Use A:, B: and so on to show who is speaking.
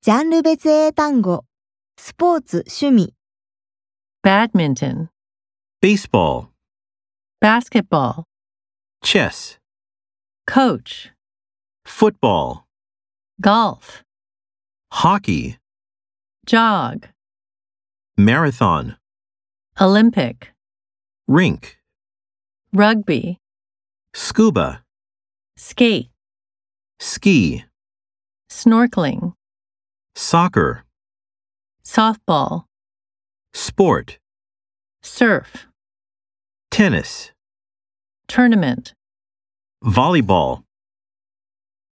A: ジャンル別英単語、スポーツ、趣味、
B: badminton,
C: baseball,
B: basketball,
C: chess,
B: coach,
C: football,
B: golf,
C: hockey,
B: jog,
C: marathon,
B: Olympic,
C: rink,
B: rugby,
C: scuba,
B: skate,
C: ski,
B: snorkeling,
C: soccer,
B: softball,
C: sport,
B: surf,
C: tennis,
B: tournament.
C: volleyball.